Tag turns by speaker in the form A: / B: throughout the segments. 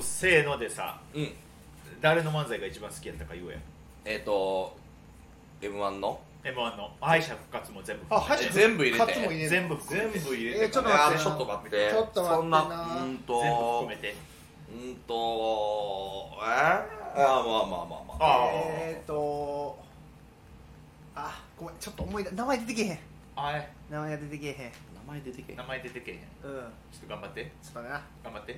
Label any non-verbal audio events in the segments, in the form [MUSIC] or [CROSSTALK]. A: せーのでさ
B: うん
A: 誰の漫才が一番好きやったか言おうや
B: えっ、と m 1の
A: m 1の敗者復活も全部
C: あ、敗者
B: 全部入れて
C: 勝つも入れて
A: 全部含めて
C: 全部入れ
A: え
C: て。
A: ー
C: ちょっと
B: あ
C: 待
B: ー
C: っ
B: ち
C: て。
B: ょっと待って
C: ちょっと待って
B: そん
C: な
B: なうんと
A: 全部含めて
B: うんとえー、あーまあまあまあまあ
A: あ
C: えーっと。あ、ごめん、ちょっと思い出、名前出てけへん。
A: あえ
C: 名前が出てけへ
B: 名前出てけ
A: 名前出てけへんち
C: ん。うん。ちょ
A: ょ
C: っ
A: っと頑張って
C: とな。
A: 頑張って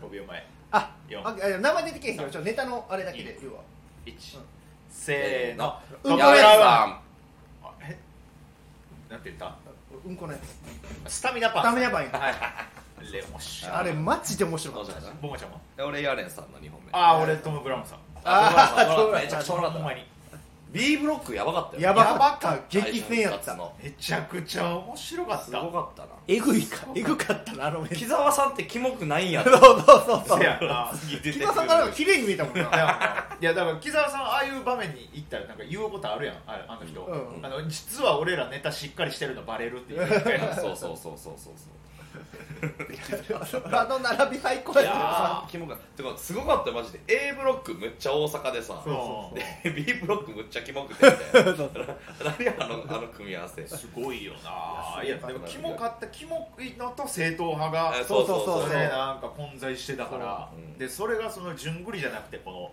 C: うん
A: 5秒前
C: あ、
A: 4
C: ああ名前出てけへんけど、ちょっとネタのあれだけで言うわ。
A: 1
C: うん
A: せーの
C: うん
B: やべさ
A: あえなんて言った
C: うんこのやつ。
A: スタミナパン
C: ダメやばいんや
A: はいはいレモシ
C: あれ、マジで面白
B: ん
C: か
B: ど
C: っ
B: うした
C: た。
B: ん
A: ボマちゃんも
B: で俺ヤーレンさんの2本目
A: ああ俺トム・ブラウンさん
C: あー
B: トムブラウンさんめ
C: トムブラウン
B: ちゃくちゃおもろ
A: ほん
B: か
A: ま
B: った
A: に
B: B ブロックやばかったよ
C: やばかった
B: 最初の
C: 激戦やった
B: 二つの
A: めちゃくちゃ面白か
B: す
A: っ
B: ご
A: た
B: かったな
C: えぐいか、えぐかったな、あのメンツ
B: 木澤さんってキモくないんや
C: そうそうそうそう
A: せ。やな
B: [LAUGHS]
C: 木田さんがなんか綺麗に見えたもん
A: い
C: [LAUGHS]
A: や
C: な。
A: いやだ [LAUGHS] から木澤さんああいう場面に行ったらなんか言うことあるやんああの人、
C: うん
A: あの実は俺らネタしっかりしてるのバレるっていう
B: そうそうそうそうそう
C: あの並び最高
B: そう
C: や
B: い
C: ったよ
B: や
C: な
B: ーキモかったてかすごかったよマジで A ブロックむっちゃ大阪でさ
A: そう
B: で B ブロックむっちゃキモくてみたいな [LAUGHS] 何あのあの組み合わせ
A: すごいよないい
B: や
A: や
B: すごい
A: でもキモかったキモいのと正統派が
B: あ
C: そうそう
A: そ
C: そうう
A: ねなんか混在してたから
B: そううん
A: でそれがその順繰りじゃなくてこの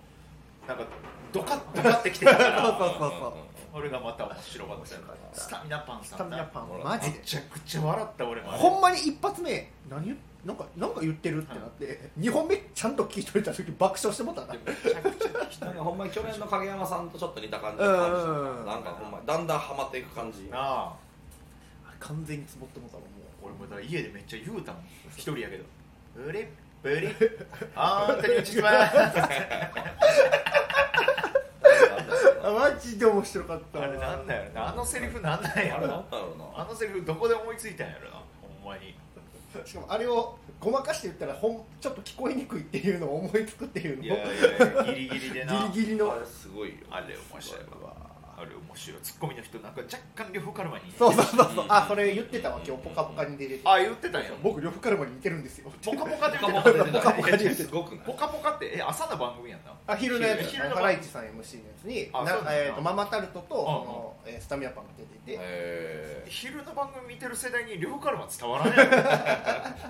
A: なんかドカッドカってきてたか
C: [LAUGHS] そうそ
A: ら
C: うそうそ
A: それがまた面白かったよ
C: った
A: スタミナパン
C: う。ス
A: さ
C: タ
A: ん
C: ミ
A: な
C: ナパン、マジ
A: め
C: で。
A: ちゃくちゃ笑った俺もあれ
C: ほんまに一発目、何言なんか、なんか言ってるってなって、二本目ちゃんと聞いといた時爆笑してもったな。
A: めちゃくちゃ
B: なんかほんまに去年の影山さんとちょっと似た感じ
C: う
B: の
C: ん
B: 感じ
C: うんうん
B: なんかほんまにだんだんハマっていく感じ
A: なあ
C: 完全にツボってもったわもう。
A: 俺もだから家でめっちゃ言うたもん一人やけどブリッブリッあーんたに打ちしまー
C: あマジで面白かった
A: あれなんだよなあのセリフなんなんや
B: あ
A: ろ
B: れ
A: な
B: なんだろうな
A: あのセリフどこで思いついたんやろなほんまに
C: しかもあれをごまかして言ったらほんちょっと聞こえにくいっていうのを思いつくっていうの
A: い
C: を
A: やいやギリギリでな
C: ギリギリの
B: あれすごいよ
A: あれ面白いわあれ面白いツッコミの人なんか若干両方カルマに
C: そうそうそうそううんあそれ言ってたわ今日「ぽかぽかに出れて
A: あ言ってたんや
C: 僕呂布カルマに似てるんですよ
A: ポカポカで
B: ポ
A: 言
B: カ
A: って
B: ポ
A: た
B: カ出
C: ポカポカ出
B: て
C: て
B: た
C: た
B: すごくない
A: ポカポカってえ朝の番組やんな
C: あ昼のやつ
A: 昼の
C: ハライチさん MC のやつに
A: あ
C: な
A: そうなんだ
C: えーとママタルトとそ
A: んうん
C: のえースタミナパンが出てて
B: へ
A: 昼の番組見てる世代に両方カルマ伝わらないやろ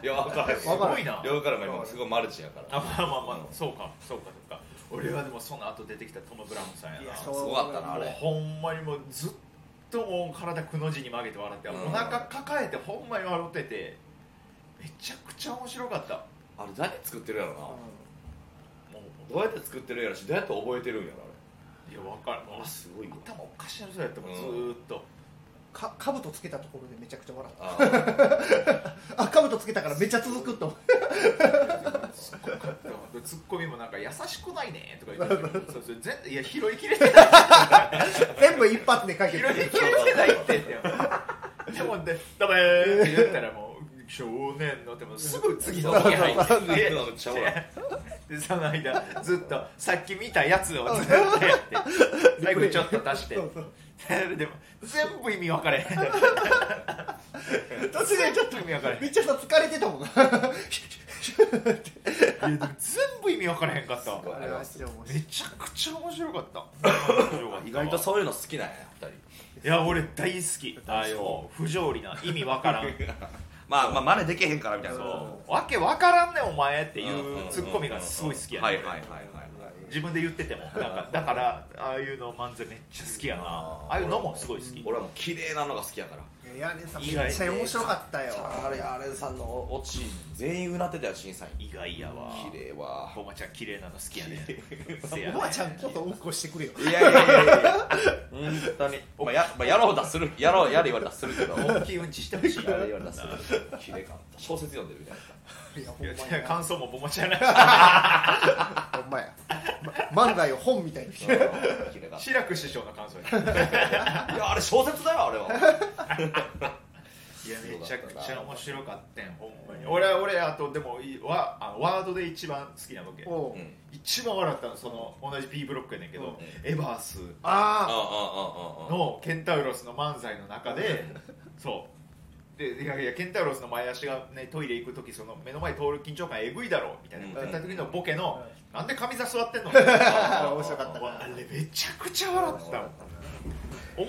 B: えいや分かる
A: すごいな
B: 両からも今すごいマルチやから
A: あまあまあまあそうかそうかそうか俺はでもその後出てきたトム・ブラウンさんや
C: いや
A: な
C: そ
B: すごかったなあ
A: もう
B: れ
A: ほんまにもうずっともう体くの字に曲げて笑って、
B: うん
A: お腹抱えてほんまに笑っててめちゃくちゃ面白かった
B: あれ誰作ってるやろな
C: う
A: もう
B: どうやって作ってるんやろしどうやって覚えてるんやろ
A: いや分かる
B: あれあすごいわ
A: 頭おかしな人やったもん、ずーっと
C: んかかぶとつけたところでめちゃくちゃ笑っ
B: あー
C: たあかぶとつけたからめっちゃ続くと思って
A: でツッコミもなんか優しくないねとか言ってたけ
B: [LAUGHS]
A: どそうそう全然いや拾いきれてない
C: 全部一発で解
A: 拾い
C: 決
A: きれてないってでもで「ダメ!」って言ったらもう少年のでもすぐ次の
B: そう
A: 時に入って
B: そうそうそうめっちゃおもろい
A: でその間ずっとさっき見たやつをずっとやって最後ちょっと足して
C: そうそう
A: でも全部意味分かれへ [LAUGHS] ん突然ちょっと意味分かれへん
C: めっちゃさ疲れてたもんな
A: いやでも全部意味分からへんかった
B: ごい
C: あれはマジで面白い
A: めちゃくちゃ面白かった
B: 意外とそういうの好きなんや二人
A: いや俺大好きああいう不条理な意味分からん [LAUGHS]
B: まあまあ真似できへんからみたいな
A: そ
B: っ
A: うわけ分からんねお前っていうツッコミがすごい好きやね
B: はいはいはいはい
A: 自分で言っててもなんかだからああいうの漫才めっちゃ好きやなああいうのもすごい好き
B: 俺はもう綺麗なのが好きやから
C: いやヤーレンさんめっちゃ面白かったよ
B: あれあれさんのオチ全員うなってたよ審査員
A: 意外やわ
B: 綺麗わ
A: ボマちゃん綺麗なの好きやね [LAUGHS]
C: おばあちゃんちょっとうんこしてくれよ
B: いやいやいやいや本当にまあやまあやろうだするやろうやる言われたらするけど
A: 大きいうんちしてほ
B: [LAUGHS]
A: しい
B: やる言われたらする綺麗かった小説読んでるみたいない
C: やほ
A: い
C: ん
A: や
C: ま
A: 違う
C: や
A: 感想もボマちゃんや
C: ほんまやま漫才を本みたいにして
B: うん綺麗かった
A: 志らく師匠の感想や
B: いやあれ小説だよあれはい
A: やめちゃくちゃ面白かったんほんまに俺は俺あとでもいいわあワードで一番好きなボケ
C: おう
B: うん
A: 一番笑ったのその同じ P ブロックやねんけど、
B: う
A: エバース
C: あ
B: あ
A: のケンタウロスの漫才の中でそうでいやいやケンタウロスの前足が、ね、トイレ行く時その目の前通る緊張感えぐいだろみたいなこと言った時のボケの、なんで上座座
B: [LAUGHS]
A: ってんのみたいな
C: 面白かったな
A: あれめちゃくちゃ笑ってたもん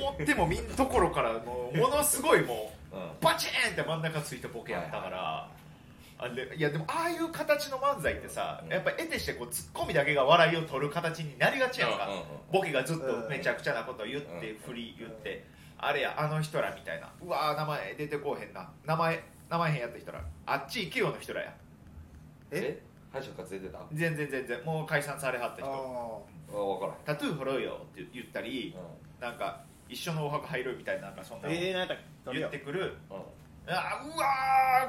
A: 思ってもみんところからもうものすごいもう
B: うん
A: バチーンって真ん中ついたボケやったから、あれいやでもああいう形の漫才ってさ、
B: うん
A: やっぱ得てしてこうツッコミだけが笑いを取る形になりがちやんか、
B: うんうんうん
A: ボケがずっとめちゃくちゃなこと言って、振り言って、あれやあの人らみたいなうわー名前出てこうへんな名前名前へんやった人らあっち行けよの人らや
C: え
B: え敗者復活出てたあ
A: 全然全然もう解散されはった人
C: あ
B: 分からへん
A: タトゥー掘ろうよって言ったり、なんか一緒のお墓入ろうみたいななんかそんな
C: ー
A: の
C: えー、何やったっけ
A: 言ってくる、
B: うんうん
A: あーうわ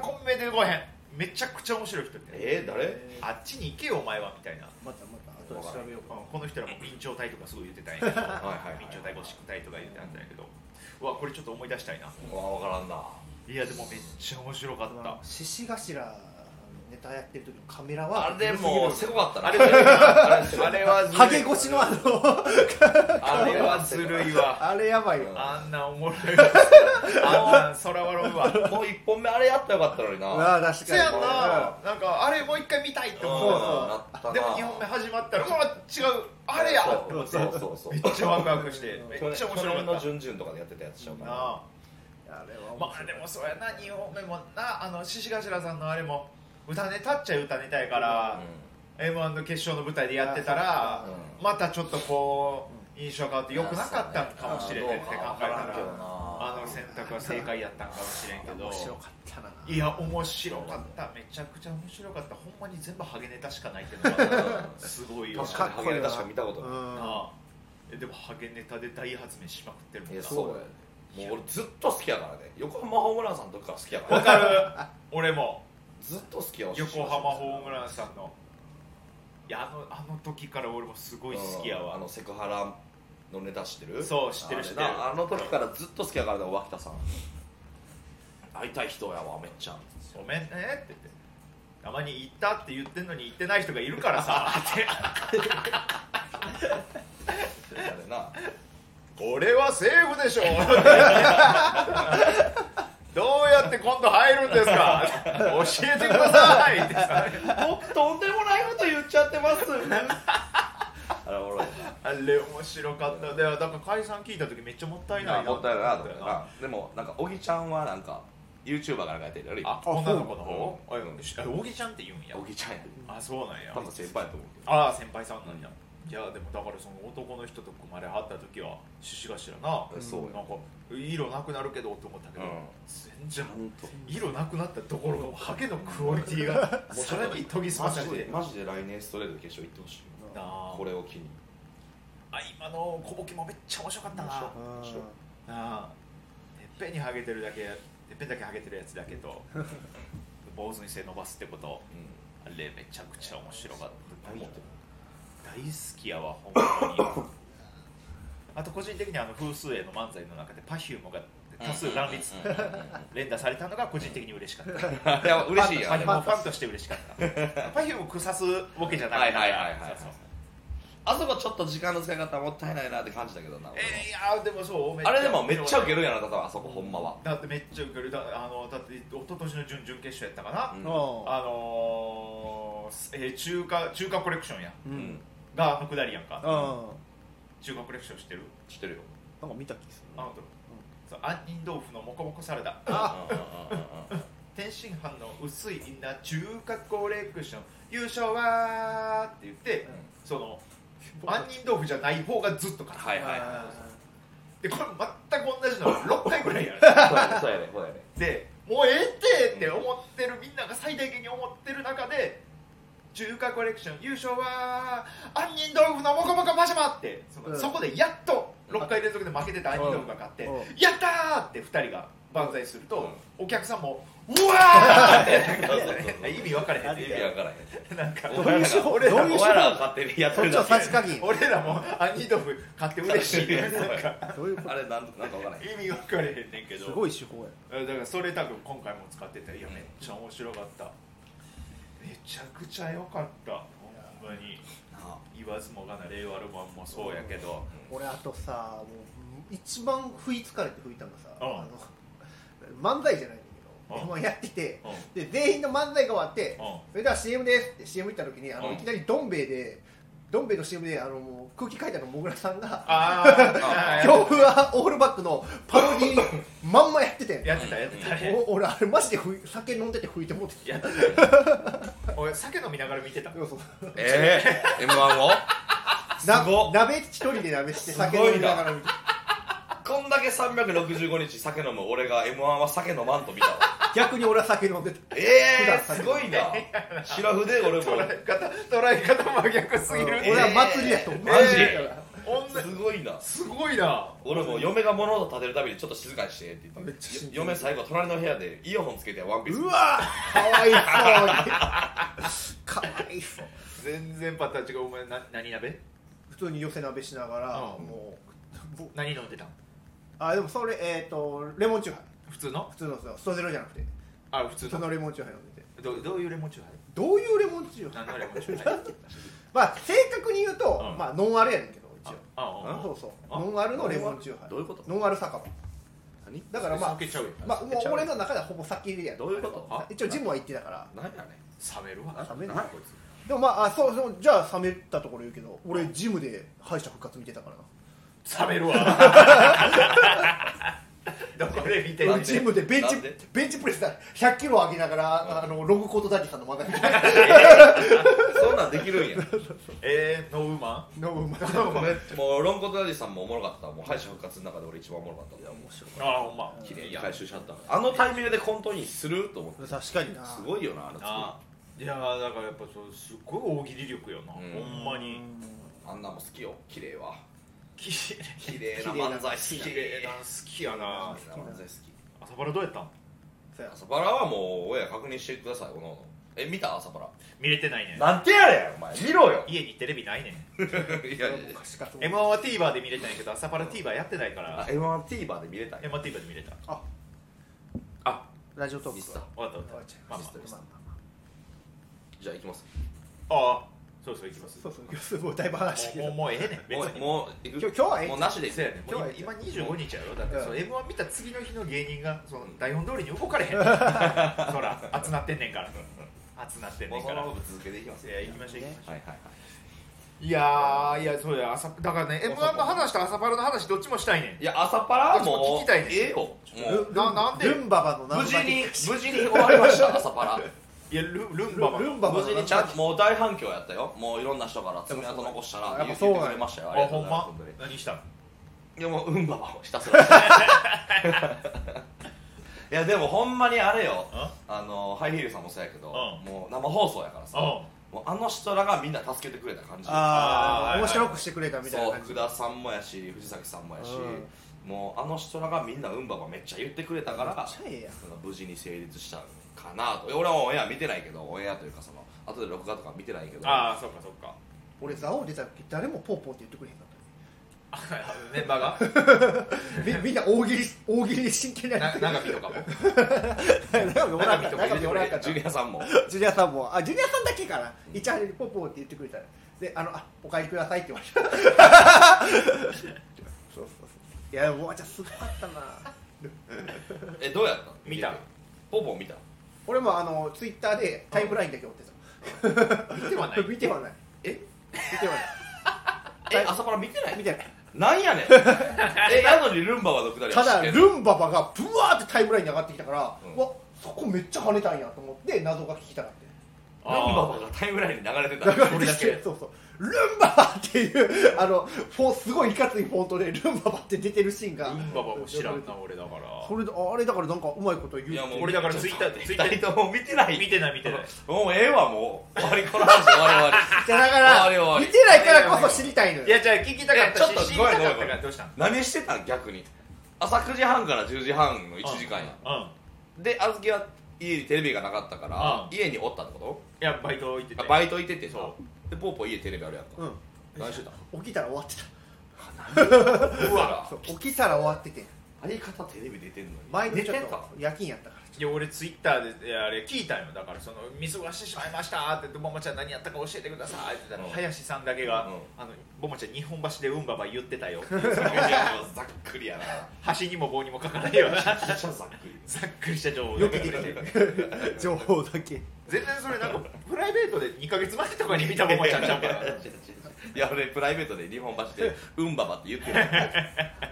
A: ーコンビ名出てこうへんめちゃくちゃ面白い人って
B: えー誰
C: えー
A: あっちに行けよお前はみたいな、
C: またまた後で調べようか
A: うんこの人らも明朝体とかすごい言ってたんやけど
B: [LAUGHS] はいはい
A: 明朝体ゴシック体とか言ってたんやけどうわこれちょっと思い出したいな
B: うわ分からんない
A: やでもめっちゃ面白か
C: あ
A: っ
C: の獅子頭のネタやってる時のカメラは
B: あれもうせこかった
A: た
B: な
A: あれはずるい
B: [LAUGHS]
A: あれはずるい
C: ハゲ越しのあの
A: あれはずるいわ
C: あれやばいよ
A: あんなおもろいことあんなん空笑うわ
B: もう一本目あれやったらよかったのにな
C: あ確
A: せやん
C: か
A: な
C: に
A: なんかあれもう一回見たいって
B: うん
A: 思う
B: なったな
A: でも2本目始まったらうわ違うあれやって思って
B: そうそうそうそう
A: めっちゃワクワクしてめっ
B: 去年
A: ちゃ面白
B: 去
A: か
B: 年の
A: った
B: 準々とかでやってたやつしょうか
A: な
B: な
A: あ
C: あれは
A: まあでもそうやな2本目もなあの獅子頭さんのあれも歌ネタっちゃ歌ネタやから、m 1の決勝の舞台でやってたら、
B: う
A: またちょっとこう印象変わって良くなかったんかもしれないって考えたら
B: あそうねあ
A: あの選択は正解やったんかもしれんけど
C: 面白かったない
A: や面白かっためちゃくちゃ面白かったほんまに全部ハゲネタしかないっていうのがすごいよ
B: 確かに
C: かっこいいな
B: 確かに見たことない
A: な
C: う
A: あえでもハゲネタで大発明しまくってるもん
B: いや
A: な
B: そう
C: そう
B: やねもう俺ずっと好きやからね横浜ホームランさんの時から好きやか
A: わ
B: ら
A: かる俺も
B: ずっと好きやわ
A: 横浜ホームランさんのいやあのあの時から俺もすごい好きや
B: うんあ
A: わ
B: のセクハラのネタ知ってる
A: そう知ってる
B: あれ
A: 知ってる
B: なあの時からずっと好きやからね脇田さん会いたい人やわめっちゃ
A: ごめんねって言ってたまに行ったって言ってんのに行ってない人がいるから [LAUGHS] さって
B: あれな
A: これはセーフでしょ [LAUGHS] どうやって今度入るんですか教えてくださいってさ
B: 僕とんでもないこと言っちゃってます [LAUGHS] あれおもろい
A: あれ面白かったでだから解散聞いた時めっちゃもったいな
B: ないもったいないなと
A: 思
B: 思
A: っ
B: っ
A: たた
B: よ
A: よ
B: なでもなんか小木ちゃんはなんか YouTuber がなんかやってるやろ今
A: あ女の子の方
B: うん
A: あ小木ちゃんって言うんや
B: 小木ちゃんやで
A: あそうなんや
B: 多分先輩やと思うけど
A: ああ先輩さんなんや、いやでもだからその男の人と組まれはった時は獅子頭
B: えそう
A: なな
B: や
A: んか色なくなるけどって思ったけど、
B: うん
A: 全然
B: ほんと
A: 色なくなったどころかもうハゲのクオリティが
B: [LAUGHS] うん
A: さらに研ぎ澄ま
B: マ
A: さ
B: ジ
A: れて
B: でマジで来年ストレート決勝行ってほしい
A: なあ
B: これを機に
A: あ今の小ボケもめっちゃ面白かったなな
C: うん
B: 面白い
A: あてっぺんにハゲてるだけてっぺんだけハゲてるやつだけ
B: [LAUGHS]
A: と坊主に背伸ばすってこと
B: う
A: あ
B: ん
A: れめちゃくちゃ面白かった
B: 何持ってる
A: 大好きやわほんまに [LAUGHS] あと個人的にあの風数への漫才の中で Perfume が多数乱立
B: うんうんうん
A: 連打されたのが個人的に嬉しかった
B: [LAUGHS] いや嬉しいやん
A: ファンもうファンとして嬉しか
B: [LAUGHS]
A: った Perfume 草すボケじゃない
B: はいはいはいはい
A: そうそう
B: あそこちょっと時間の使い方もったいないなって感じだけどな、俺も
A: えー、いやでもそうめっちゃ
B: あれでもめっちゃウケるんやな多分あそこほんまは、
A: だってめっちゃウケるだあのだって一昨年の準々決勝やったかな、
B: うん
C: あ
A: あのーえー中華中華コレクションや
C: う
B: うんん
A: があのくだりやん
C: うん
A: か
C: な
A: 中華コレクション知ってる
B: 知ってるよ
C: んか見た気す
A: あの、そう杏仁豆腐のモコモコサラダ
B: うんうんうんうんうん
A: 天津飯の薄いインナー中華コレクション優勝はーって言って、その
C: る
A: 杏仁豆腐じゃない方がずっと勝つ、
B: はいはいはい
C: あ
A: でこれ全く同じの6回ぐらいやる
B: そうやねそうやねそうやね
A: でもうええってって思ってるみんなが最大限に思ってる中で中華コレクション優勝は杏仁豆腐のモコモコマシャマってそ,、
C: うん
A: そこでやっと6回連続で負けてた杏仁豆腐が勝って、
C: うん
A: やったーって2人が万歳すると、お客さんもうわーってなんかね意味分かれへんって
B: 意味わからへん
A: なんか
C: どういう手法
B: 俺らが
C: どういう手法
B: お前らが勝手にやって
C: そっ
B: る
C: ちは
B: だ
C: さじ加減
A: 俺らもアニードフ買って嬉しいねなんか
C: どういうこ
B: けあれなんなんかわからへん
A: 意味分かれへんねんけ
C: と
A: ど
C: すごい手法や
A: だからそれ多分今回も使ってたいやめっちゃ面白かっためちゃくちゃ良かったほんまに
B: な
A: 言わずもがな令和ロマンもそうやけど
C: 俺あとさもう一番不意つかれて吹いたのがさ
A: うん
C: あの漫才じゃないのに
A: うん
C: もうやってて
A: うん
C: で全員の漫才が終わって
A: うん
C: それでは CM ですって CM 行った時にあ
B: う
C: の
B: ん
C: いきなりどん兵衛でどん兵衛の CM であのもう空気階段のもぐらさんが
A: あ
C: 「
A: あ
C: 強風はオールバック」のパロ
B: [LAUGHS]
C: ディまんまやってて
A: やってたやってたね
C: お俺あれマジでふい酒飲んでて拭いてもうて
A: やってたよ俺酒飲みながら見てた
C: そうそう
B: ええ m 1を
C: な
B: すごっ
C: 鍋一人で鍋して
B: すごいな
C: 酒飲みながら見て
B: こんだけ365日酒飲む俺が m 1は酒飲まんと見たわ
C: 逆に俺は酒飲んでて
B: え
C: 普
B: え
C: 段
B: ー、
C: 酒
B: すごいな白筆俺も
A: 捉え方捉え方真逆すぎる
C: 俺は祭りやと思う、
B: えーマジ
C: だから
A: 女
B: すごいな
A: すごいな
B: 俺も嫁が物音立てるたびにちょっと静かにしてって言ったの
C: めっちゃ信じる
B: 嫁最後隣の部屋でイヤホンつけてワンピース
C: うわかわいそうにかわいそう
A: 全然パターン違うお前な何鍋
C: 普通に寄せ鍋しながら、
A: うん
C: もうぼ
A: 何飲んでたん
C: あでもそれえっ、とレモンチューハイ
A: 普通の
C: 普通のそうストゼロじゃなくて
A: あ普
C: 普
A: 通
C: 通
A: の
C: のレモンチューハイ飲んでて
A: どどういうレモンチューハイ
C: どういうレモンチューハイ
A: 何のレモンチューハイ
C: まあ正確に言うと、
A: うん
C: まあノンアルやねんけど一応
A: ああ
C: そうそう
A: あ
C: ノンアルのレモンチューハイ
B: どういうこと
C: ノンアル酒場
B: 何
C: だからまあ
A: 酒ちゃうよ
C: まあ、もう俺の中ではほぼ先入りや
B: どういうこと
A: あ
C: 一応ジムは行ってたから
B: 何やね
A: 冷める
B: ん
A: わ
C: 冷める
B: 何やこいつ
C: でもまああそうそうじゃあ冷めたところ言うけど俺ジムで敗者復活見てたから
A: 冷めるわ [LAUGHS] どこで見てん
C: な
A: ね
B: なん
C: 俺
A: ん
B: で
C: ジムでベンチ
B: なんで
C: ベンチプレスだ100キロ上げながらあのログコートダディさんの漫
B: [LAUGHS]
C: 才
B: そんなんできるんや
A: えー、ノウマ
C: のうまい
B: もうロンコトダディさんもおもろかったもう敗者復活の中で俺一番おもろかったいや面白
A: ンああほんま
B: 綺麗に回収しちゃったあのタイミングでコントにすると思って
C: 確かにな
B: すごいよなあの
A: あいやーだからやっぱそうすっごい大喜利力よな、
B: うん
A: ほんまに
B: あんなんも好きよ綺麗は
A: きれ
B: 綺麗な漫才好き
A: きれいな好きやな
B: 綺麗な漫才好き
A: 朝原どうやったん
C: そうや
B: 朝バラはもう親確認してくださいおのおのえ見た朝バラ
A: 見れてないね
B: なんてやれお前見ろよ
A: 家にテレビないねん
B: [LAUGHS] いやいや
C: おかしかった
A: m 1は TVer で見れてないけど朝原 TVer やってないか
B: あ
A: ら
B: m 1 t v e r で見れたんや
A: m 1 TVer で見れた
C: あ
A: あ
C: ラジオト
B: ミ
C: ー
B: ス
C: ク
B: ター
C: は
A: わかったわかっ
C: 終
A: たまあ
C: わ
A: ま
C: っちゃいましたまあまあま
B: じゃあ行きます
A: あああそうそういきます
C: あそうそう今日すごいだいぶ話して
A: もうもうもうええねん別
B: もう
A: に
B: もう行く
C: 今日今日はええ
B: もうなしでいい
A: せやねんもう今今25日やろだってそう m 1見た次の日の芸人がその台本通りに動かれへんそら熱なってんねんから熱なってん
B: も
A: ね
B: うんそ
A: か
B: の
A: ら
B: まま続けていきます
A: いや行きましょう行きましょう
B: はいはいはい
A: いやーいやそうだよ朝だからね m 1の話と朝パラの話どっちもしたいねん
B: いや朝パラは
A: どっちも
B: も
A: 聞
B: う
A: きたいね
B: ええよもう
C: ル
A: ななんで
C: ルンババの謎
B: 無
C: 解き
B: 事に無事に終わりました朝パラ
A: いやルルンバ
C: ルルンババ
B: 無
C: の
B: 事にちゃんともう大反響やったよもういろんな人から爪痕残したら
C: やっ
B: 言
C: ぱ
B: っ
C: そう
B: て
C: なんや
B: くれましたよあり
A: あ
B: がとう
A: ほん
B: ござい
A: ま
B: ます本当に
A: 何したの
B: いやもううんばばをひたすらいやでもほんまにあれよあのハイヒールさんもそうやけど、
A: う
B: もう生放送やからさ、
A: うん
B: もうあの人らがみんな助けてくれた感じ
C: あ
A: あー
C: あ面白くしてくれたみたい
B: そ
C: な
B: う
C: 感じ
B: 福田さんもやし藤崎さんもやし、もうあの人らがみんなうんばばめっちゃ言ってくれたから
C: めっちゃええやん
B: その無事に成立したかなと俺はオンエア見てないけどオンエアというかその後で録画とか見てないけど
A: ああそっかそっか
C: 俺座王出た時誰もポーポーって言ってくれへんかっ
A: あメンバーが
C: たみみんな大喜利大喜利に真剣にや
B: な
C: って
B: 長見とかも
C: 中身おらん
B: 長見とか
C: かった中
B: 入れ
C: 身
B: て
C: お
B: くれ
C: らんかった
B: ジュニアさ
A: [LAUGHS]
B: んも
C: ジュニアさんもあジュニアさんだけかな一応ポーポーって言ってくれたであのあお帰りくださいって言われたそうそうそういやおばあちゃんすごかったな
B: えどうやったの
A: [LAUGHS] 見た
B: てポポ見た
C: 俺もあのツイッターでタイムラインだけ追って
A: 見てはな
C: た
A: い
C: 見てはない
B: え
C: 見てはない
B: え朝から見てない
C: 見てない
B: な
A: [LAUGHS]
B: んやねんえなのにルンバはどくだりは
C: た
B: 知っ
C: だ
B: てんの
C: ルンババがブワーってタイムラインに上がってきたから、
B: うん
C: うわそこめっちゃ跳ねたんやと思って謎が聞きたかって
B: ルンバはがタイムラインに流れてた
C: だから
B: それだけ
C: [LAUGHS] そうそうルンババっていうあのフォすごいいかついフォントでルンババって出てるシーンが
A: ルンババも知らんな俺だから
C: それであれだからなんかうまいこと言う
B: いやもう
A: 俺だからツイッターでツイッター
B: 二
A: で
B: 人とも見てない
A: 見てない見てない
B: [LAUGHS] もうええわもう終わりこの話終わり終わ
C: じゃあだか
B: おいお
C: ら
B: い
C: 見てないからこそ知りたいの
A: い
C: よ
A: やじゃあ聞きたかった
B: いやちょっ
A: し
B: と
A: 知り
B: ごめ
A: た
B: んご
A: か
B: めん
A: ったからどうしたん
B: り何してたん逆に朝9時半から10時半の1時間や
A: うんうん
B: であずきは家にテレビがなかったから
A: うん
B: 家におったってこ
A: いやバイト行ってて
B: とあバイト行っててさ
A: そ
B: でぽーぽー家テレビあるやんか
C: うん
B: 何してた
C: 起きたら終わってた
B: うわ
C: そう起きたら終わってて
B: 相方テレビ出てんのに
C: 前の
B: 寝
C: ちょ
B: て
C: ったと夜勤やったからち
A: いや俺ツイッターでいやあれ聞いたんよだからその見過ごしてしまいましたってボマちゃん何やったか教えてくださいって言ったら、
B: うん
A: 林さんだけが、
B: うん
A: あのボマちゃん日本橋でうんばば言って
B: [LAUGHS]
A: たよ
B: ざっくりやな
A: 橋にも棒にもかかないような
B: めちゃくちゃざっくり
A: ざっくりした情報
C: よく出てくる情報だけ
A: 全然それなんかプライベートで2か月前とかに見たボマちゃんちゃうから
B: いや俺プライベートで日本橋で「うんばば」って言ってる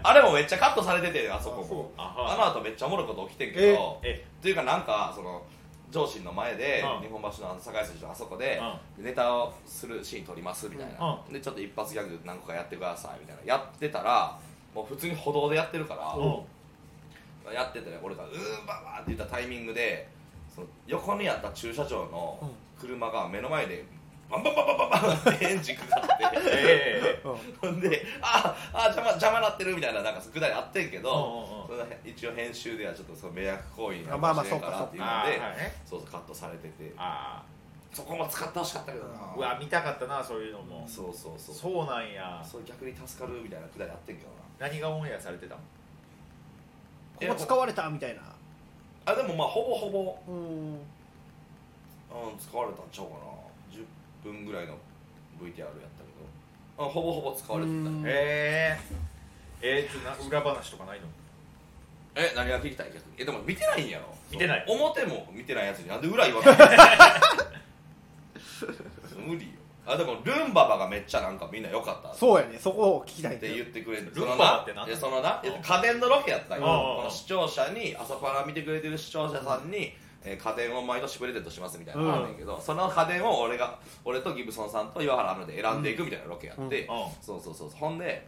B: あれもめっちゃカットされててあそこも
A: あ
B: あ
A: あ
B: の後めっちゃおもろいこと起きてんけど
A: え
B: というかなんかその上司の前で
A: うん
B: 日本橋のあの堺筋のあそこでネタをするシーン撮りますみたいなでちょっと一発ギャグ何個かやってくださいみたいなやってたらもう普通に歩道でやってるから
A: うん
B: やっててね俺が「うーんばば」って言ったタイミングでその横にあった駐車場の車が目の前でバンバンバンバンバンバンってエンジンかかって
A: [LAUGHS] ええ
C: うん
B: ほんで「あーあー邪魔邪魔なってる」みたいななんかくだりあってんけど、
A: うんうんうん
B: それは一応編集ではちょっとその迷惑行為にな
C: あまあまあ
B: しれんかなっていうの
A: あ
B: で
A: ー、はいね
B: そうそうカットされてて
A: あ
B: そこも使ってほしかったけどな
A: ーうわ見たかったなそういうのも
B: そうそうそうそう
A: そうなんや
B: 逆に助かるみたいなくだりあってんけどな
A: 何がオンエアされてたの
C: ここ使われたみたいな
B: あでもまあほぼほぼ
C: うん
B: うん、使われたんちゃうかな10分ぐらいの VTR やったけどあほぼほぼ使われてた
C: うん
A: えええー、ってな裏話とかないの
B: え何が聞きたい逆にえでも見てないんやろ
A: 見てない
B: そう表も見てないやつになんで裏言わ [LAUGHS] ない無理よあでもルンババがめっちゃなんかみんな良かったっ
C: そうやねそこを聞きたいんだ
B: て
C: よ
B: 言ってくれて
A: ルンババってなん
B: そのないやそのな
A: うん
B: 家電のロケやったけど
A: うん
B: この視聴者に朝パラ見てくれてる視聴者さんに、えー家電を毎年プレゼントしますみたいなのがあるんやけど、その家電を俺が俺とギブソンさんと岩原アナで選んでいくみたいなロケやって、
A: うんうん
B: そうそうそうほんで、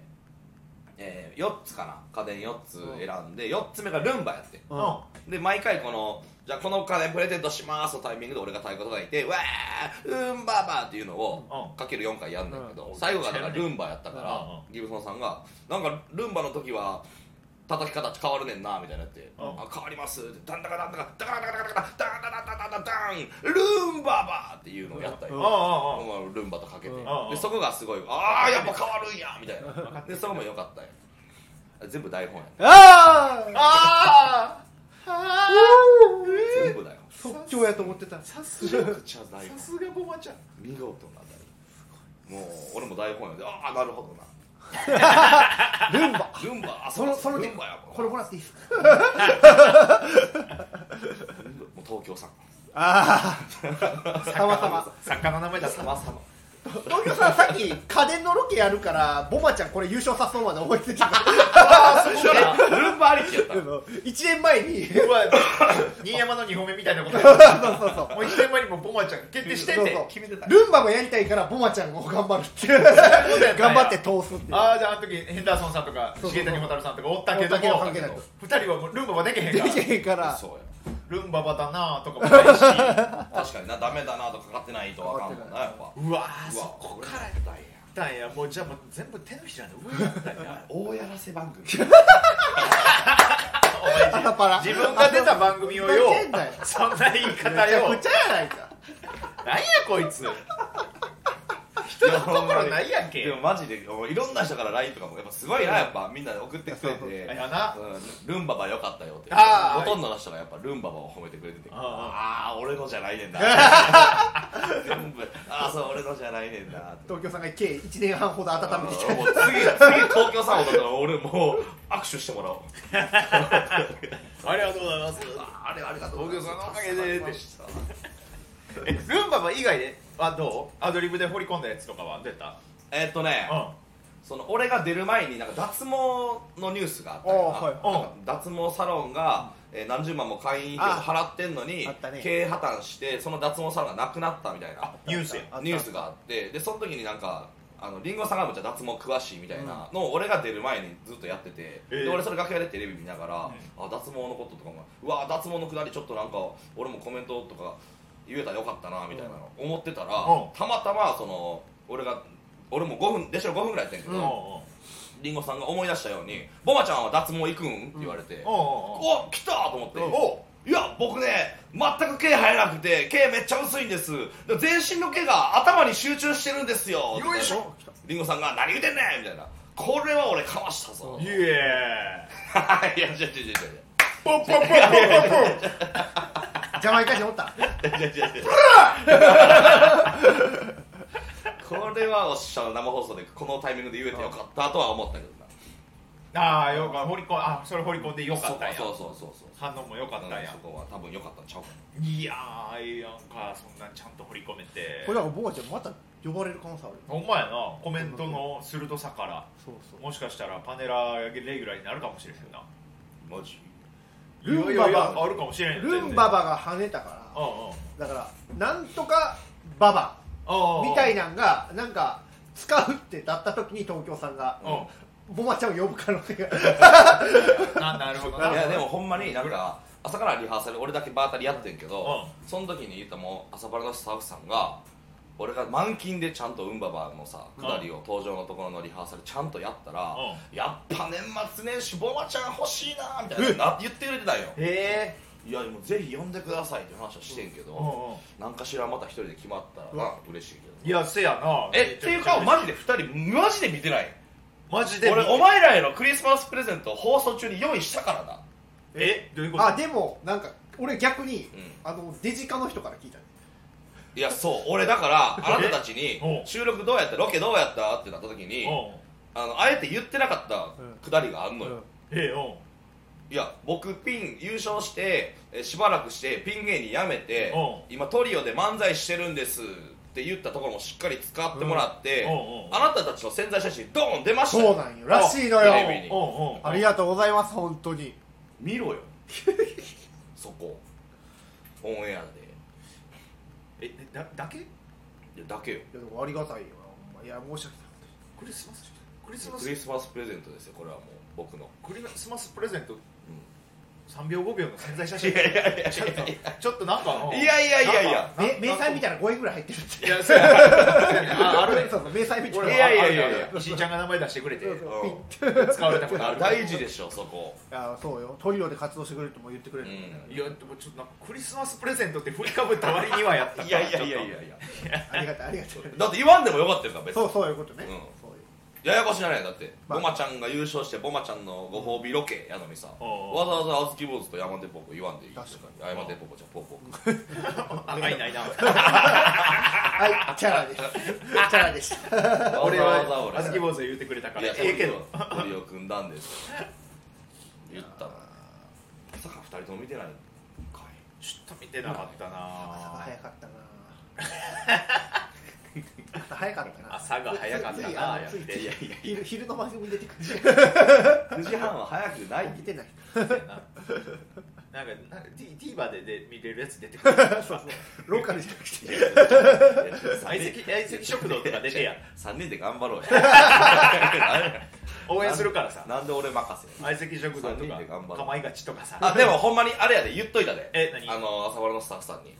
B: えー、4つかな家電4つ選んで4つ目がルンバやって
C: う
A: うん
C: ん
B: で毎回このじゃあこの家電プレゼントしますのタイミングで俺が太鼓とかいて「わールンバーバー」っていうの
A: う
B: を
A: ん
B: かける4回やんねんけど、
A: うん
B: 最後がだからルンバやったから、
A: うんう
B: ギブソンさんが「なんかルンバの時は叩き方変わるねんな」みたいなやって「
A: うん
B: あ変わります」って「ダンダカダンダカダカダカダカダカダカダカダカダカダカンルンババー」っていうのをやったり、
C: うん
A: ああああ
B: まあルンバとかけて、
C: うん
B: でそこがすごい「ああやっぱ変わるんや」みたいな
A: っ
B: でそこも良かったよ全部台本やね
C: あー
A: ああ
B: 全部台本
C: 即興やと思ってた
A: さす
B: めち
A: が
B: ゃくちゃ台
A: さ
B: 本
A: すがボマちゃん
B: 見事な台本もう俺も台本やでああなるほどな
C: ルンバ
B: ルンバあ
C: そのその
B: ル
C: 手
B: ンバやもん
C: これもらっていいですか
B: ルンバもう東京さん
C: ああたまたま
A: 作家の名前だ
B: さまさま
C: 東京さんさっき家電のロケやるからボマちゃんこれ優勝させそうまで覚えてた
B: えルンバありきやった
C: けど1年前にそう
A: うわ新山の2本目みたいなことや
C: そうそう
A: もう1年前にもボマちゃん決定して
C: そ
A: ん
C: う
A: ねん
C: そう
B: 決めてた
C: ルンバもやりたいからボマちゃんも頑張るっていう頑張って通すっていう
A: ああじゃああの時ヘンダーソンさんとか
C: そうそう
A: 重谷蛍さんとかおったけど
C: おったけど関係ない
A: も2人はもうルンババできへんから
C: できへんから
B: そう
A: ルンババだなとかもないし
B: や確かになダメだなとかかってないとわかんもんなやっぱ
A: うわー
B: う
A: そ
B: わ
A: こ
B: これ
A: からやっ
B: 大変
A: たんやもうじゃあもう全部手のひらの上やったんや
B: や大やらせ番組
C: 朝パラ
A: 自分が出た番組をよ
C: ふざけんなよ
A: そんな言い方
C: め
A: よ
C: ちゃくちゃやないか
A: なんやこいつ人のところないやんけ
B: でもマジでもういろんな人から LINE とかもやっぱすごいなやっぱみんな送ってくれて
A: やな
B: うんルンババ良かったよって
A: あー
B: ほとんどの人がやっぱルンババを褒めてくれててあ
A: あ
B: あー俺のじゃないねんな全部ああそう俺のじゃないねんなって
C: 東京さんが計1年半ほど温めてき
B: もう次次東京サンボだったら俺もう握手してもらおう
A: ありがとうございます
B: あれありがとう
A: 東京さんのおかげでってえルンババ以外ではどうアドリブで掘り込んだやつとかは出た
B: えーっとね
A: うん
B: その俺が出る前になんか脱毛のニュースがあった
C: あ
B: よ
C: ー
B: な
A: はい
B: なんか脱毛サロンが、えー何十万も会員費を払ってんのに
C: ああったね
B: 経営破綻してその脱毛サロンがなくなったみたいな
A: ニュースや
C: あった
B: ニュースがあってでその時になんかあのリンゴさんがめっちゃ脱毛詳しいみたいなのを俺が出る前にずっとやってて、
A: えー
B: で俺それ楽屋でテレビ見ながら、あ脱毛のこととかもうわ脱毛のくだりちょっとなんか俺もコメントとか言えたらよかったなみたいなの思ってた
A: う
B: ら、
A: ん
B: たまたまその俺が俺も5分でしょ5分ぐらいやってんけど、
C: うん
A: お
B: リンゴさんが思い出したように「ボマちゃんは脱毛行くん?」って言われて
A: うおう
B: 「
A: おうおう
B: お来た!」と思って「
C: うん
B: おいや僕ね全く毛生えなくて毛めっちゃ薄いんですで全身の毛が頭に集中してるんですよ」
A: よいしょ
B: リンゴさんが「何言うてんねん!」みたいな「これは俺かわしたぞ」
A: イエ
B: いや違う違う違う違う
A: ポンポンポンポンポンポン
C: ジャマイカ人おった
A: [LAUGHS]
B: これはおっしゃる生放送でこのタイミングで言えてよかったとは思ったけどな
A: ああよか掘り込んあそれ掘り込んでよかったんや
B: そうそうそうそう
A: 反応もよかったんや
B: そこは多分よかったんちゃうかない
A: やーええやんかそんなんちゃんと掘り込めて
C: これだから僕はちゃんまた呼ばれる可能性ある
A: ほんまやなコメントの鋭さから
C: そうそう
A: もしかしたらパネラーレギュラーになるかもしれへんな
B: マジ
C: ルンババ
A: いやいやいやあるかもしれんよ
C: ルン
A: 全然
C: ババが跳ねたか
A: うんうん
C: らだからなんとかババ
A: ああ
C: みたいなんがなんか使うってなった時に東京さんが
A: うん
C: ボマちゃんを呼ぶ可能性が
A: ななるほど
B: いや
A: な
B: でもほんまにだから朝からリハーサル俺だけバータリやってんけど、
A: う
B: その時に言ったもう朝パラのスタッフさんが俺が満勤でちゃんとウンババのさ
A: うん
B: 下りを登場のところのリハーサルちゃんとやったら、
A: う
B: やっぱ年末年始ボマちゃん欲しいなみたいな言ってくれてたんよ
A: へえ
B: いやもうぜひ呼んでくださいって話はしてんけど、
A: うんうん
B: なんかしらまた一人で決まったらな、嬉しいけど
A: いやせやな
B: えっていうかマジで2人マジで見てない
A: マジで
B: 俺お前らへのクリスマスプレゼントを放送中に用意したからな
A: えどういうこと
C: あでもなんか俺逆に
B: うん
C: あのデジカの人から聞いた
B: いやそう俺だからあなたたちに
A: おう
B: 収録どうやったロケどうやったってなった時に
A: うん
B: あのあえて言ってなかったくだりがあんのよ、
C: の
A: ええうん
B: いや僕ピン優勝してえしばらくしてピン芸人辞めて今トリオで漫才してるんですって言ったところもしっかり使ってもらって、
A: うんおうおう
B: あなたたちの宣材写真ドーン出ました
C: そう
B: よ
C: なんよらしいのよ
B: テレビに
A: うんうん
C: ありがとうございます本当に
B: 見ろよそこオンエア
A: えだだけ
B: でいやだけよ
C: いやでもありがたいよなほんまいや申し訳ない
A: クリスマスクリスマ
B: ク
A: ス
B: リスマスプレゼントですよこれはもう僕の、
A: クリスマスプレゼント
B: うん
A: 3秒5秒の宣材写真
B: いやいやい [LAUGHS] や
A: ちょっとちょっとなんか
B: いやいやいやいや
C: め明細み
A: た
C: たいな5円ぐらい入ってるって
A: いやそうやああるね
C: そうそう明細みた
A: 俺
C: いな
A: も
B: いやいやいや
A: あるあるしーちゃんが名前出してくれて
C: そうそうピン
A: 使われたことあ
B: あ
A: る
B: 大事でしょそこ
C: あそうよトリオで活動してくれるとも言ってくれる、
B: うん
A: いやでもちょっとなんかクリスマスプレゼントって振りかぶった割にはやったから
B: いやいやいや
A: ちょ
B: い
A: っ
B: やいや
C: ありがたいありがたい
B: だって言わんでもよかったよから別
C: そう
B: に
C: そういうことね、
B: うん
C: そういう
B: ややこしなないだって、
C: まあ
B: ボマちゃんが優勝してボマちゃんのご褒美ロケやのにさ
A: おうおう
B: わざわざ青月坊主と山手ポポ言わんでいい
C: 確か
B: に山手ポポじゃポポ
A: とあないないな
C: はいチャ
B: [LAUGHS]
C: ラですチャラでした
A: 俺
B: わざわ
A: は
B: ざ
A: あずき
B: 俺
A: 坊主言うてくれたか
B: い
A: ら
B: や
A: ええけど
B: トリオ組んだんです言ったのまさか二人とも見てないんかい
A: ちょっと見てなかった
C: 朝が
A: な
C: 早かったな朝早かったな
A: 朝が早かったなやっ
C: ついつい
A: て
C: いやいや昼昼の番組出てく
B: 9時半は早くない
C: る見てない
A: なんかな T- TVer でで見れるやつ出てくる
C: そうそうローカルじゃなくて
A: 相席相席食堂とか出てや
B: 3人で頑張ろう
A: [LAUGHS]
B: や
A: 応援するからさ
B: なんで俺任せ
A: 相席食堂
B: 三
A: と
B: 人
A: か
B: で頑張ろう
A: かまいがちとかさ
B: [LAUGHS] あでもほんまにあれやで言っといたで
A: え何
B: あの朝原のスタッフさんに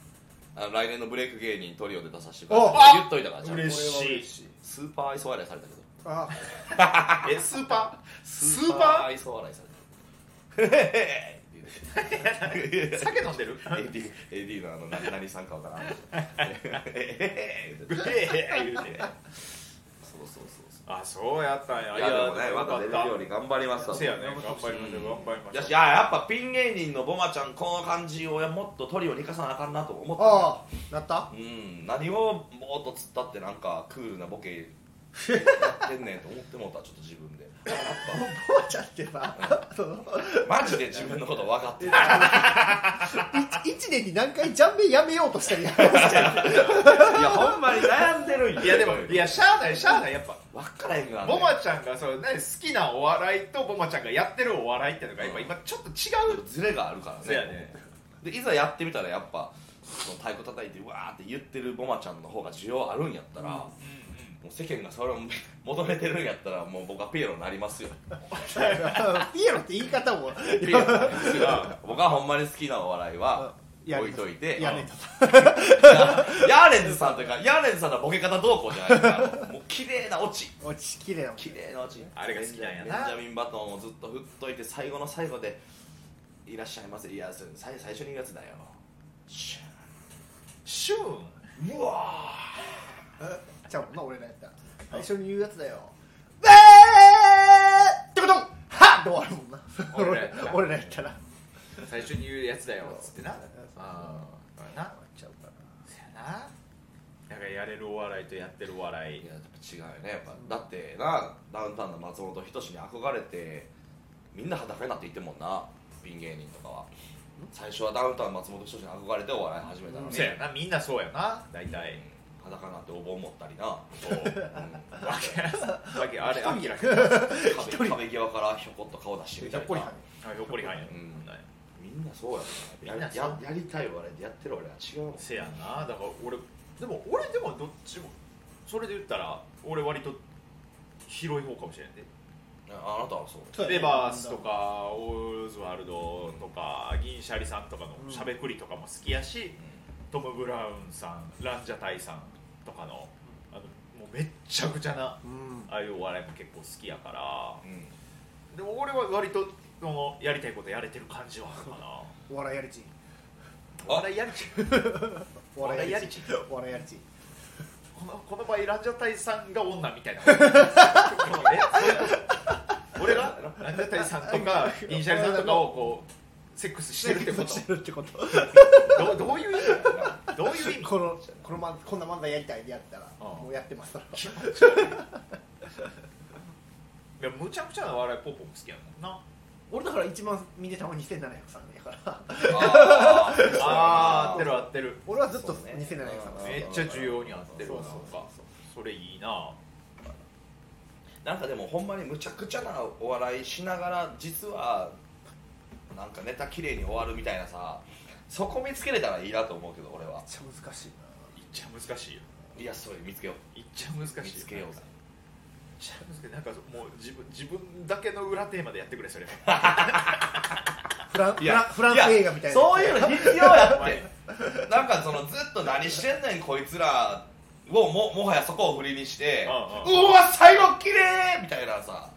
B: あの来年のブレイク芸人トリオで出させてくださいって言っといたからちゃんと
A: 嬉しい
B: スーパー愛想笑いされたけど
C: あ
A: えスーパースー
B: ー
A: パ
B: 愛想笑いされ
A: [LAUGHS]
B: たへへへって言う
A: ー
B: て
A: 酒飲んで
B: [LAUGHS]
A: る
B: AD, AD のあの何何さんかわからんえへへへ
A: え
B: 言うて
A: え言うて
B: そうそうそう
A: あそうやったん
B: そ
A: や
B: ういやでもね
A: よ
B: ま
A: かっ
B: た出れる
A: た
B: ように頑張りますわ
A: せやね
C: 頑
A: 頑
C: 張って
A: 張
C: ほし
A: り
C: い
A: ましょう頑張りましょ
B: や
A: う
B: しいややっぱピン芸人のボマちゃんこの感じをもっとトリオに生かさなあかんなと思った
C: あなった
B: うん何をぼーっと突っ立ってなんかクールなボケやってんねんと思ってもうたちょっと自分でやっ
C: おばあちゃんってさその
B: ぱマジで自分のこと分かってる
C: 一一年に何回ジャンベやめようとしたりやめようとしたり
B: いやほんまに悩んでるんや
A: いやでもいやしゃあないしゃあないやっぱ
B: 分からへんが
A: ボマちゃんがそうね好きなお笑いとボマちゃんがやってるお笑いってのがやっぱ今ちょっと違う
B: ズレがあるからね
A: せやね
B: でいざやってみたらやっぱその太鼓叩いてうわーって言ってるボマちゃんの方が需要あるんやったら、もう世間がそれを求めてるんやったらもう僕はピエロになりますよ
C: ピエロって言い方も
B: ピエロになりますよ [LAUGHS] 僕はほんまに好きなお笑いは
C: や
B: 置いといて
C: やめた
B: [LAUGHS] ヤーレンズさんというかヤーレンズさんのボケ方どうこうじゃないからもう綺麗なオチ
C: 落ちきれよ
B: 綺麗なオチ
A: あれが好きなんやな
B: ベンジャミンバトンをずっと振っといて最後の最後で「いらっしゃいませ」いや最最初に言うやつだよシュ
A: シューン
B: ーンうわ
C: [LAUGHS] ちゃうもんな俺のやった最初に言うやつだよ「えー!」ってことはっで終わるもんな
A: [LAUGHS]
C: [LAUGHS]
A: 俺のやったら
C: 俺のやったら
A: 最初に言うやつだよっつってなあーな
C: ちゃうかな
A: そやななんかやれるお笑いとやってるお笑い
B: いややっぱ違うよねやっぱだってなダウンタウンの松本人志に憧れてみんな裸になっていってんもんなピン芸人とかは最初はダウンタウン松本人志に憧れてお笑い始めたのに、
A: そやなみんなそうやな大体
B: 裸になってお盆持ったりな、うん
A: そう [LAUGHS] わけわけあれあきらひ
B: 壁壁際からひょこっと顔出してみ
C: ひ
B: た
C: ょ
B: いな
C: っこりはね
A: ょっこりはんや
B: うんみんなそうやもんな
A: みんなそう
B: やややりたい笑いでやってる俺は違うもん
A: せやなだから俺でも俺でもどっちもそれで言ったら俺割と広い方かもしれないね
B: ああなたはそう
C: そうやね
A: レバースとかオーズワルドとか銀シャリさんとかのしゃべくりとかも好きやし、トム・ブラウンさんランジャタイさんとかのあのもうめっちゃくちゃな
C: うん
A: ああいうお笑いも結構好きやから
B: うん、うん
A: でも俺は割とそのやりたいことやれてる感じはあるかな
C: お笑いやりちん
A: お笑いやりち
C: お笑い
A: お笑い
C: やり
A: やりち
C: ちん
A: ん
C: お笑いやりちん
A: このこの場合ランジャタイさんが女みたいなえそういうこと俺がランジャタイさんとか銀シャリさんとかをこうセックスしてるってこ
C: してるってこと
A: とどうどういう意味だよなどういう意味
C: このこのまこんな漫才やりたいでやったら
A: ああ
C: もうやってますから
A: 気持ち悪いいやむちゃくちゃな笑いポンポン好きやもんな
C: 俺だから一番見てたのは2703年やから
B: あー
A: あー合ってる合ってる
C: 俺はずっと
B: そうね
C: 2703年やか
B: あー
A: めっちゃ需要に合ってるわな
C: そう
A: そ
C: そう
A: かそれいいな
B: なんかでもほんまにむちゃくちゃなお笑いしながら実はなんかネタ綺麗に終わるみたいなさそこ見つけれたらいいなと思うけど俺は
C: めっちゃ難しい
A: いっちゃ難しいよ
B: いやそれ見つけよ
A: いっちゃ難しいうよ
B: 見つけようぜ
A: いっちゃ難しいなんかもう自分自分だけの裏テーマでやってくれそれ
C: なフラン
B: い
C: フラ
B: や
C: ンフランス映画みたいな
B: そういうの必要や
A: お
B: っ
A: 前
B: てなんかそのずっと何してんねんこいつらをももはやそこを振りにして
A: う
B: うわ最後綺麗みたいなさ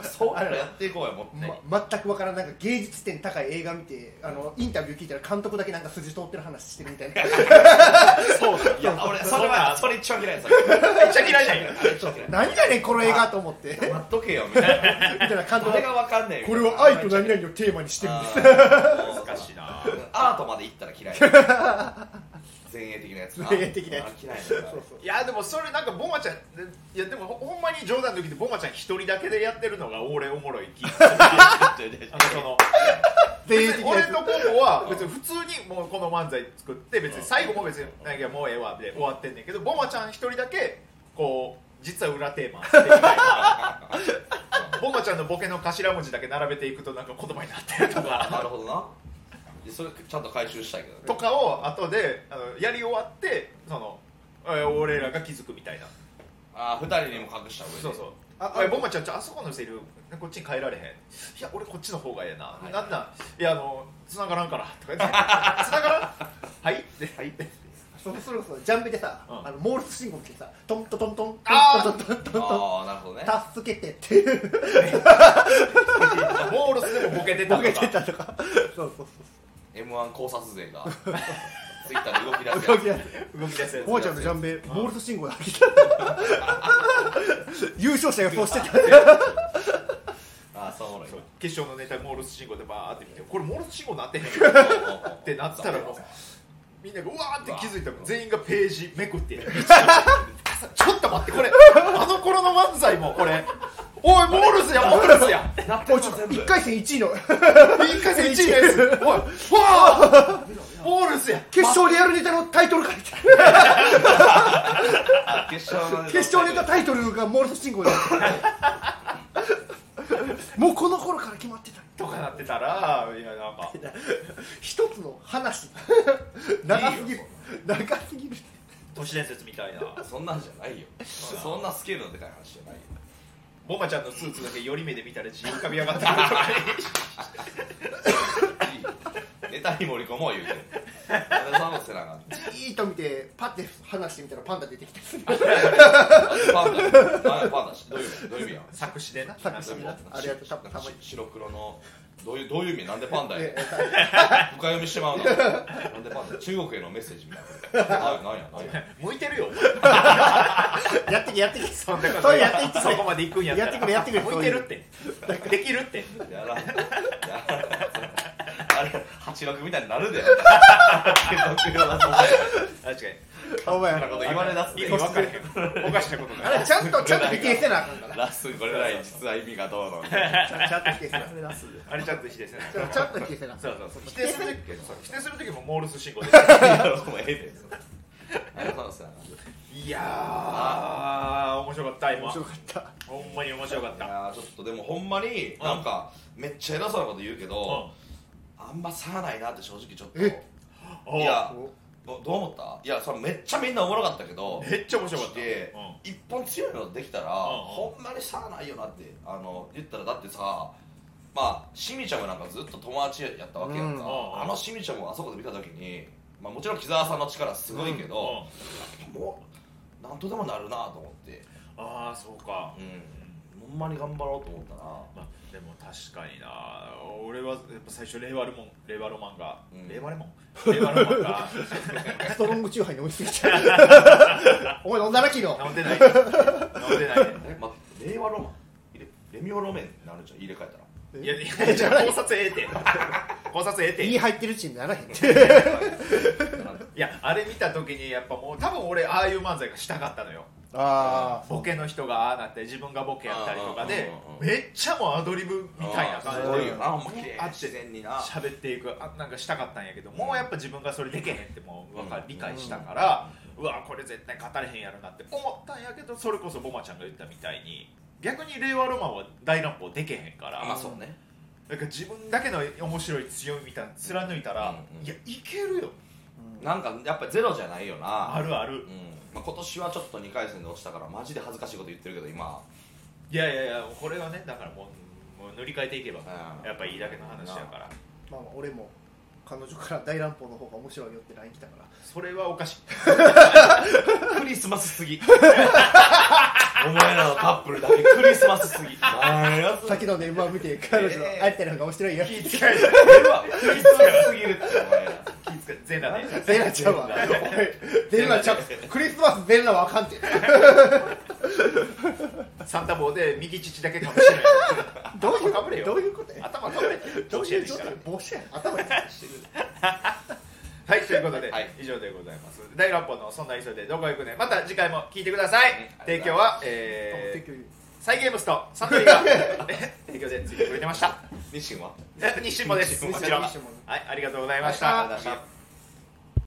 B: そういうのやっていこうやもって、
C: ま全くわからんないなんか芸術点高い映画見てあのインタビュー聞いたら監督だけなんか筋通ってる話してるみたいな [LAUGHS]
A: そうだ
B: いや俺それはそれ一番嫌いです
A: めっちゃ嫌いじゃん
B: あれ一番嫌い
C: 何やねんこの映画と思って [LAUGHS] み
B: 待っとけよみたいな
C: たいな監
B: そ
C: 督
B: れ
C: が
B: が分かんねえ
C: これを愛と何々をテーマにしてるんです
B: あー
A: 難しいな
B: アートまで行ったら嫌い前衛的なやつな
C: 前衛的なやつ
B: あー嫌い
C: そう
B: なんだ
C: そう
A: いやでもそれなんかボマちゃんいやでもほほんまに冗談抜きでボマちゃん一人だけでやってるのが俺おもろい気がするあのその
C: 前衛
A: 別
C: 的
A: に
C: な
A: 俺
C: やつ
A: のことは別に普通にもうこの漫才作って別に最後も別に「なんかもうええわ」で終わってんねんけどボマちゃん一人だけこう実は裏テーマっていうかボマちゃんのボケの頭文字だけ並べていくとなんか言葉になってると
B: あな
A: か
B: るほどなそれちゃんと回収したいけどね
A: とかを後であのやり終わってそのえー俺らが気づくみたいな
B: あー二人にも隠した上で
A: そうそう
C: あ
A: あれボマちゃんちょあそこのセリフこっちに変えられへんいや俺こっちの方がええな、
B: い
A: なんなんいやあの繋がらんからとか言って
C: [LAUGHS]
A: 繋がらんはいではいで
C: それそれこそジャンベでさ、
A: うん
C: あのモールス信号ってさトントントントン
A: あ
C: トントントントントン
B: ああなるほどね
C: 助けてって [LAUGHS] いう
A: モールスでもボケてた
C: ボ
A: と
C: ケ
A: か
C: てたとかそうそう
B: m 1考察勢がツイッターで動き出
C: そう
B: す
C: 動
B: や
C: [LAUGHS] き出す
A: 動き出すやつ
C: おばあちゃんのジャンベモールス信号だけ [LAUGHS] 優勝者予想してた
B: つああそうおもろい
A: そう決勝のネタモールス信号でバーって見てこれモールス信号なってへんっ
B: って
A: なってたらもうみんながうわーって気づいたら全員がページめくって
C: [LAUGHS]
A: ちょっと待ってこれあの頃の漫才もこれおいモールスやモールスや
B: なって
C: も
B: る
C: うちょっと
B: 全部
C: 1回戦1位の
A: 一回戦1位のやつおいわーモールスや
C: 決勝リアルネタのタイトル書いて
B: あ決勝の
C: 決勝ネタタイトルがモールス信 [LAUGHS] 号だもうこの頃から決まってた
A: とかなってたらいやなんか
C: 一つの話長すぎる長すぎる
A: 都市伝説みたいな
B: そんなんじゃないよそんなスケールのでかい話じゃないよ
A: ボマちゃんのスーツだけ寄り目で見たら血浮かび上がってくると
C: [LAUGHS]
A: か
B: いいよネタに盛り込もう言うてなんでそんなことせなあかん
C: じーっと見てパッて話してみたらパンダ出てきて
B: パンダ、あパンダ、どういう意味、どういう意味や。
A: 作詞でな
C: 作詞でなあれやとたたまに
B: し白黒の、どういう、どういう意味、なんでパンダや。
C: え
B: 深
C: え
B: 読みしてまうな。なんでパンダ、中国へのメッセージみたいな。あ、なんや、なんや。
A: 向いてるよ
C: やってけやってけ
A: そんなこと
C: そうやっていって
A: そこまで行くんやったら
C: やってくれやってくれ
A: 向いてるってできるって
B: やらん。やらんあれ、一楽みたいになるで独特な
A: 確かに
C: お前
B: こと言われだすって
A: い
B: 意
A: いこ
B: 味
A: と
B: わかんない
A: おかしなことにな
C: あ
A: る
C: れちゃんとちゃんと否定せなあかんから
B: ラスこれらい実は意味がどうの
C: ちゃんちゃんと否定せな
A: あれちゃんと否定せない
C: ちゃんちゃんと否定せな
A: そうそうそう否定する時そう否定する時もモールス信号で
B: もうええでありがとうございます
A: すいやー面白かった今
C: 面白かった
A: ほんまに面白かっ
B: い
A: た
B: やーちょっとでもほんまになんかめっちゃ偉そうなこと言うけど、あんま差ないなって正直ちょっと
C: え
A: うん
B: いや
C: お
B: どどう思ったいやそれめっちゃみんなおもろかったけど
A: めっちゃ面白かった
B: で
A: うん
B: 一本強いのできたら、
A: ん
B: ほんまに差ないよなってあの言ったらだってさまあしみちゃんもなんかずっと友達やったわけやんか、
C: うん
B: あのしみちゃんもあそこで見た時に、まあ、もちろん木澤さんの力すごいけど、もうなんとでもなるなと思って、
A: ああそうか
B: うん、ほんまに頑張ろうと思ったな
A: まあでも確かにな俺はやっぱ最初令和ロマン令和ロマンが、
B: うん
A: 令和レモン令和ロマンが
C: ストロングチューハイ飲みすぎちゃ [LAUGHS] うお前飲んだな昨日
A: 飲んでない飲んでない
B: え、ま、令和ロマン入れレミオロメンになるじゃん入れ替えたら
A: いやいやじゃあ考察ええて考察ええて
C: いい入ってるチームならへん
A: いやあれ見た時にやっぱもう多分俺ああいう漫才がしたかったのよ
C: あ
A: ボケの人がああなったり自分がボケやったりとかで
B: うんうんうん
A: めっちゃもうアドリブみたいな感
B: あーすご
A: じ
B: い
A: で
B: よなほんま綺麗
A: あ
B: な
A: って
B: 自然にな
A: 喋っていくあなんかしたかったんやけどもうやっぱ自分がそれできへんってもうわか
B: うん
A: 理解したから、うわこれ絶対語れへんやろなって思ったんやけどそれこそボマちゃんが言ったみたいに逆に令和ロマンは大乱暴できへんから、
B: あまあそうね
A: なんか自分だけの面白い強みみたいなの貫いたら、
B: うんうん
A: いやいけるよ
B: なんかやっぱゼロじゃないよな
A: あるあ
B: う
A: る
B: んまあ、今年はちょっと2回戦で落ちたからマジで恥ずかしいこと言ってるけど今、
A: いやいやいやこれはねだからもうもう塗り替えていけば
B: うん
A: やっぱいいだけの話やから
C: ーまあまあ俺も彼女から大乱暴の方が面白いよって LINE 来たから
A: それはおかしい
B: クリスマスすぎ [LAUGHS] お前らのカップルだけクリスマスすぎ何や
C: 先のメンバー見て彼女の会ってるのが面白いよ
A: 気ぃ使い
B: クリスマスすぎるってお前ら
A: 気ぃ使い全裸で
C: ゼラちゃうわゼラちゃうクリスマスゼラはあかんって
A: サンタ帽で右乳だけかもしれない
C: [LAUGHS] どういう
A: かぶれよ
C: どういうことや
A: 頭かぶれて
C: ど
A: 帽
C: う
A: 子
C: い
A: や
C: う
A: でし
C: 状
A: たら
C: 態帽子や頭 [LAUGHS] や
A: はい、ということで、
B: はい
A: 以上でございます。大乱歩のそんな急いでどこ行くね。また次回も聞いてください。
B: はい
A: 提供は、
C: 適
A: えー、
C: 当に
A: サイゲームスとサントリーが提供でついてくれてました。
B: 西君は
A: え日清もです。
C: 日清も
A: こちらは。
C: 日清も
A: はい、ありがとうございました。
B: ありがとうございました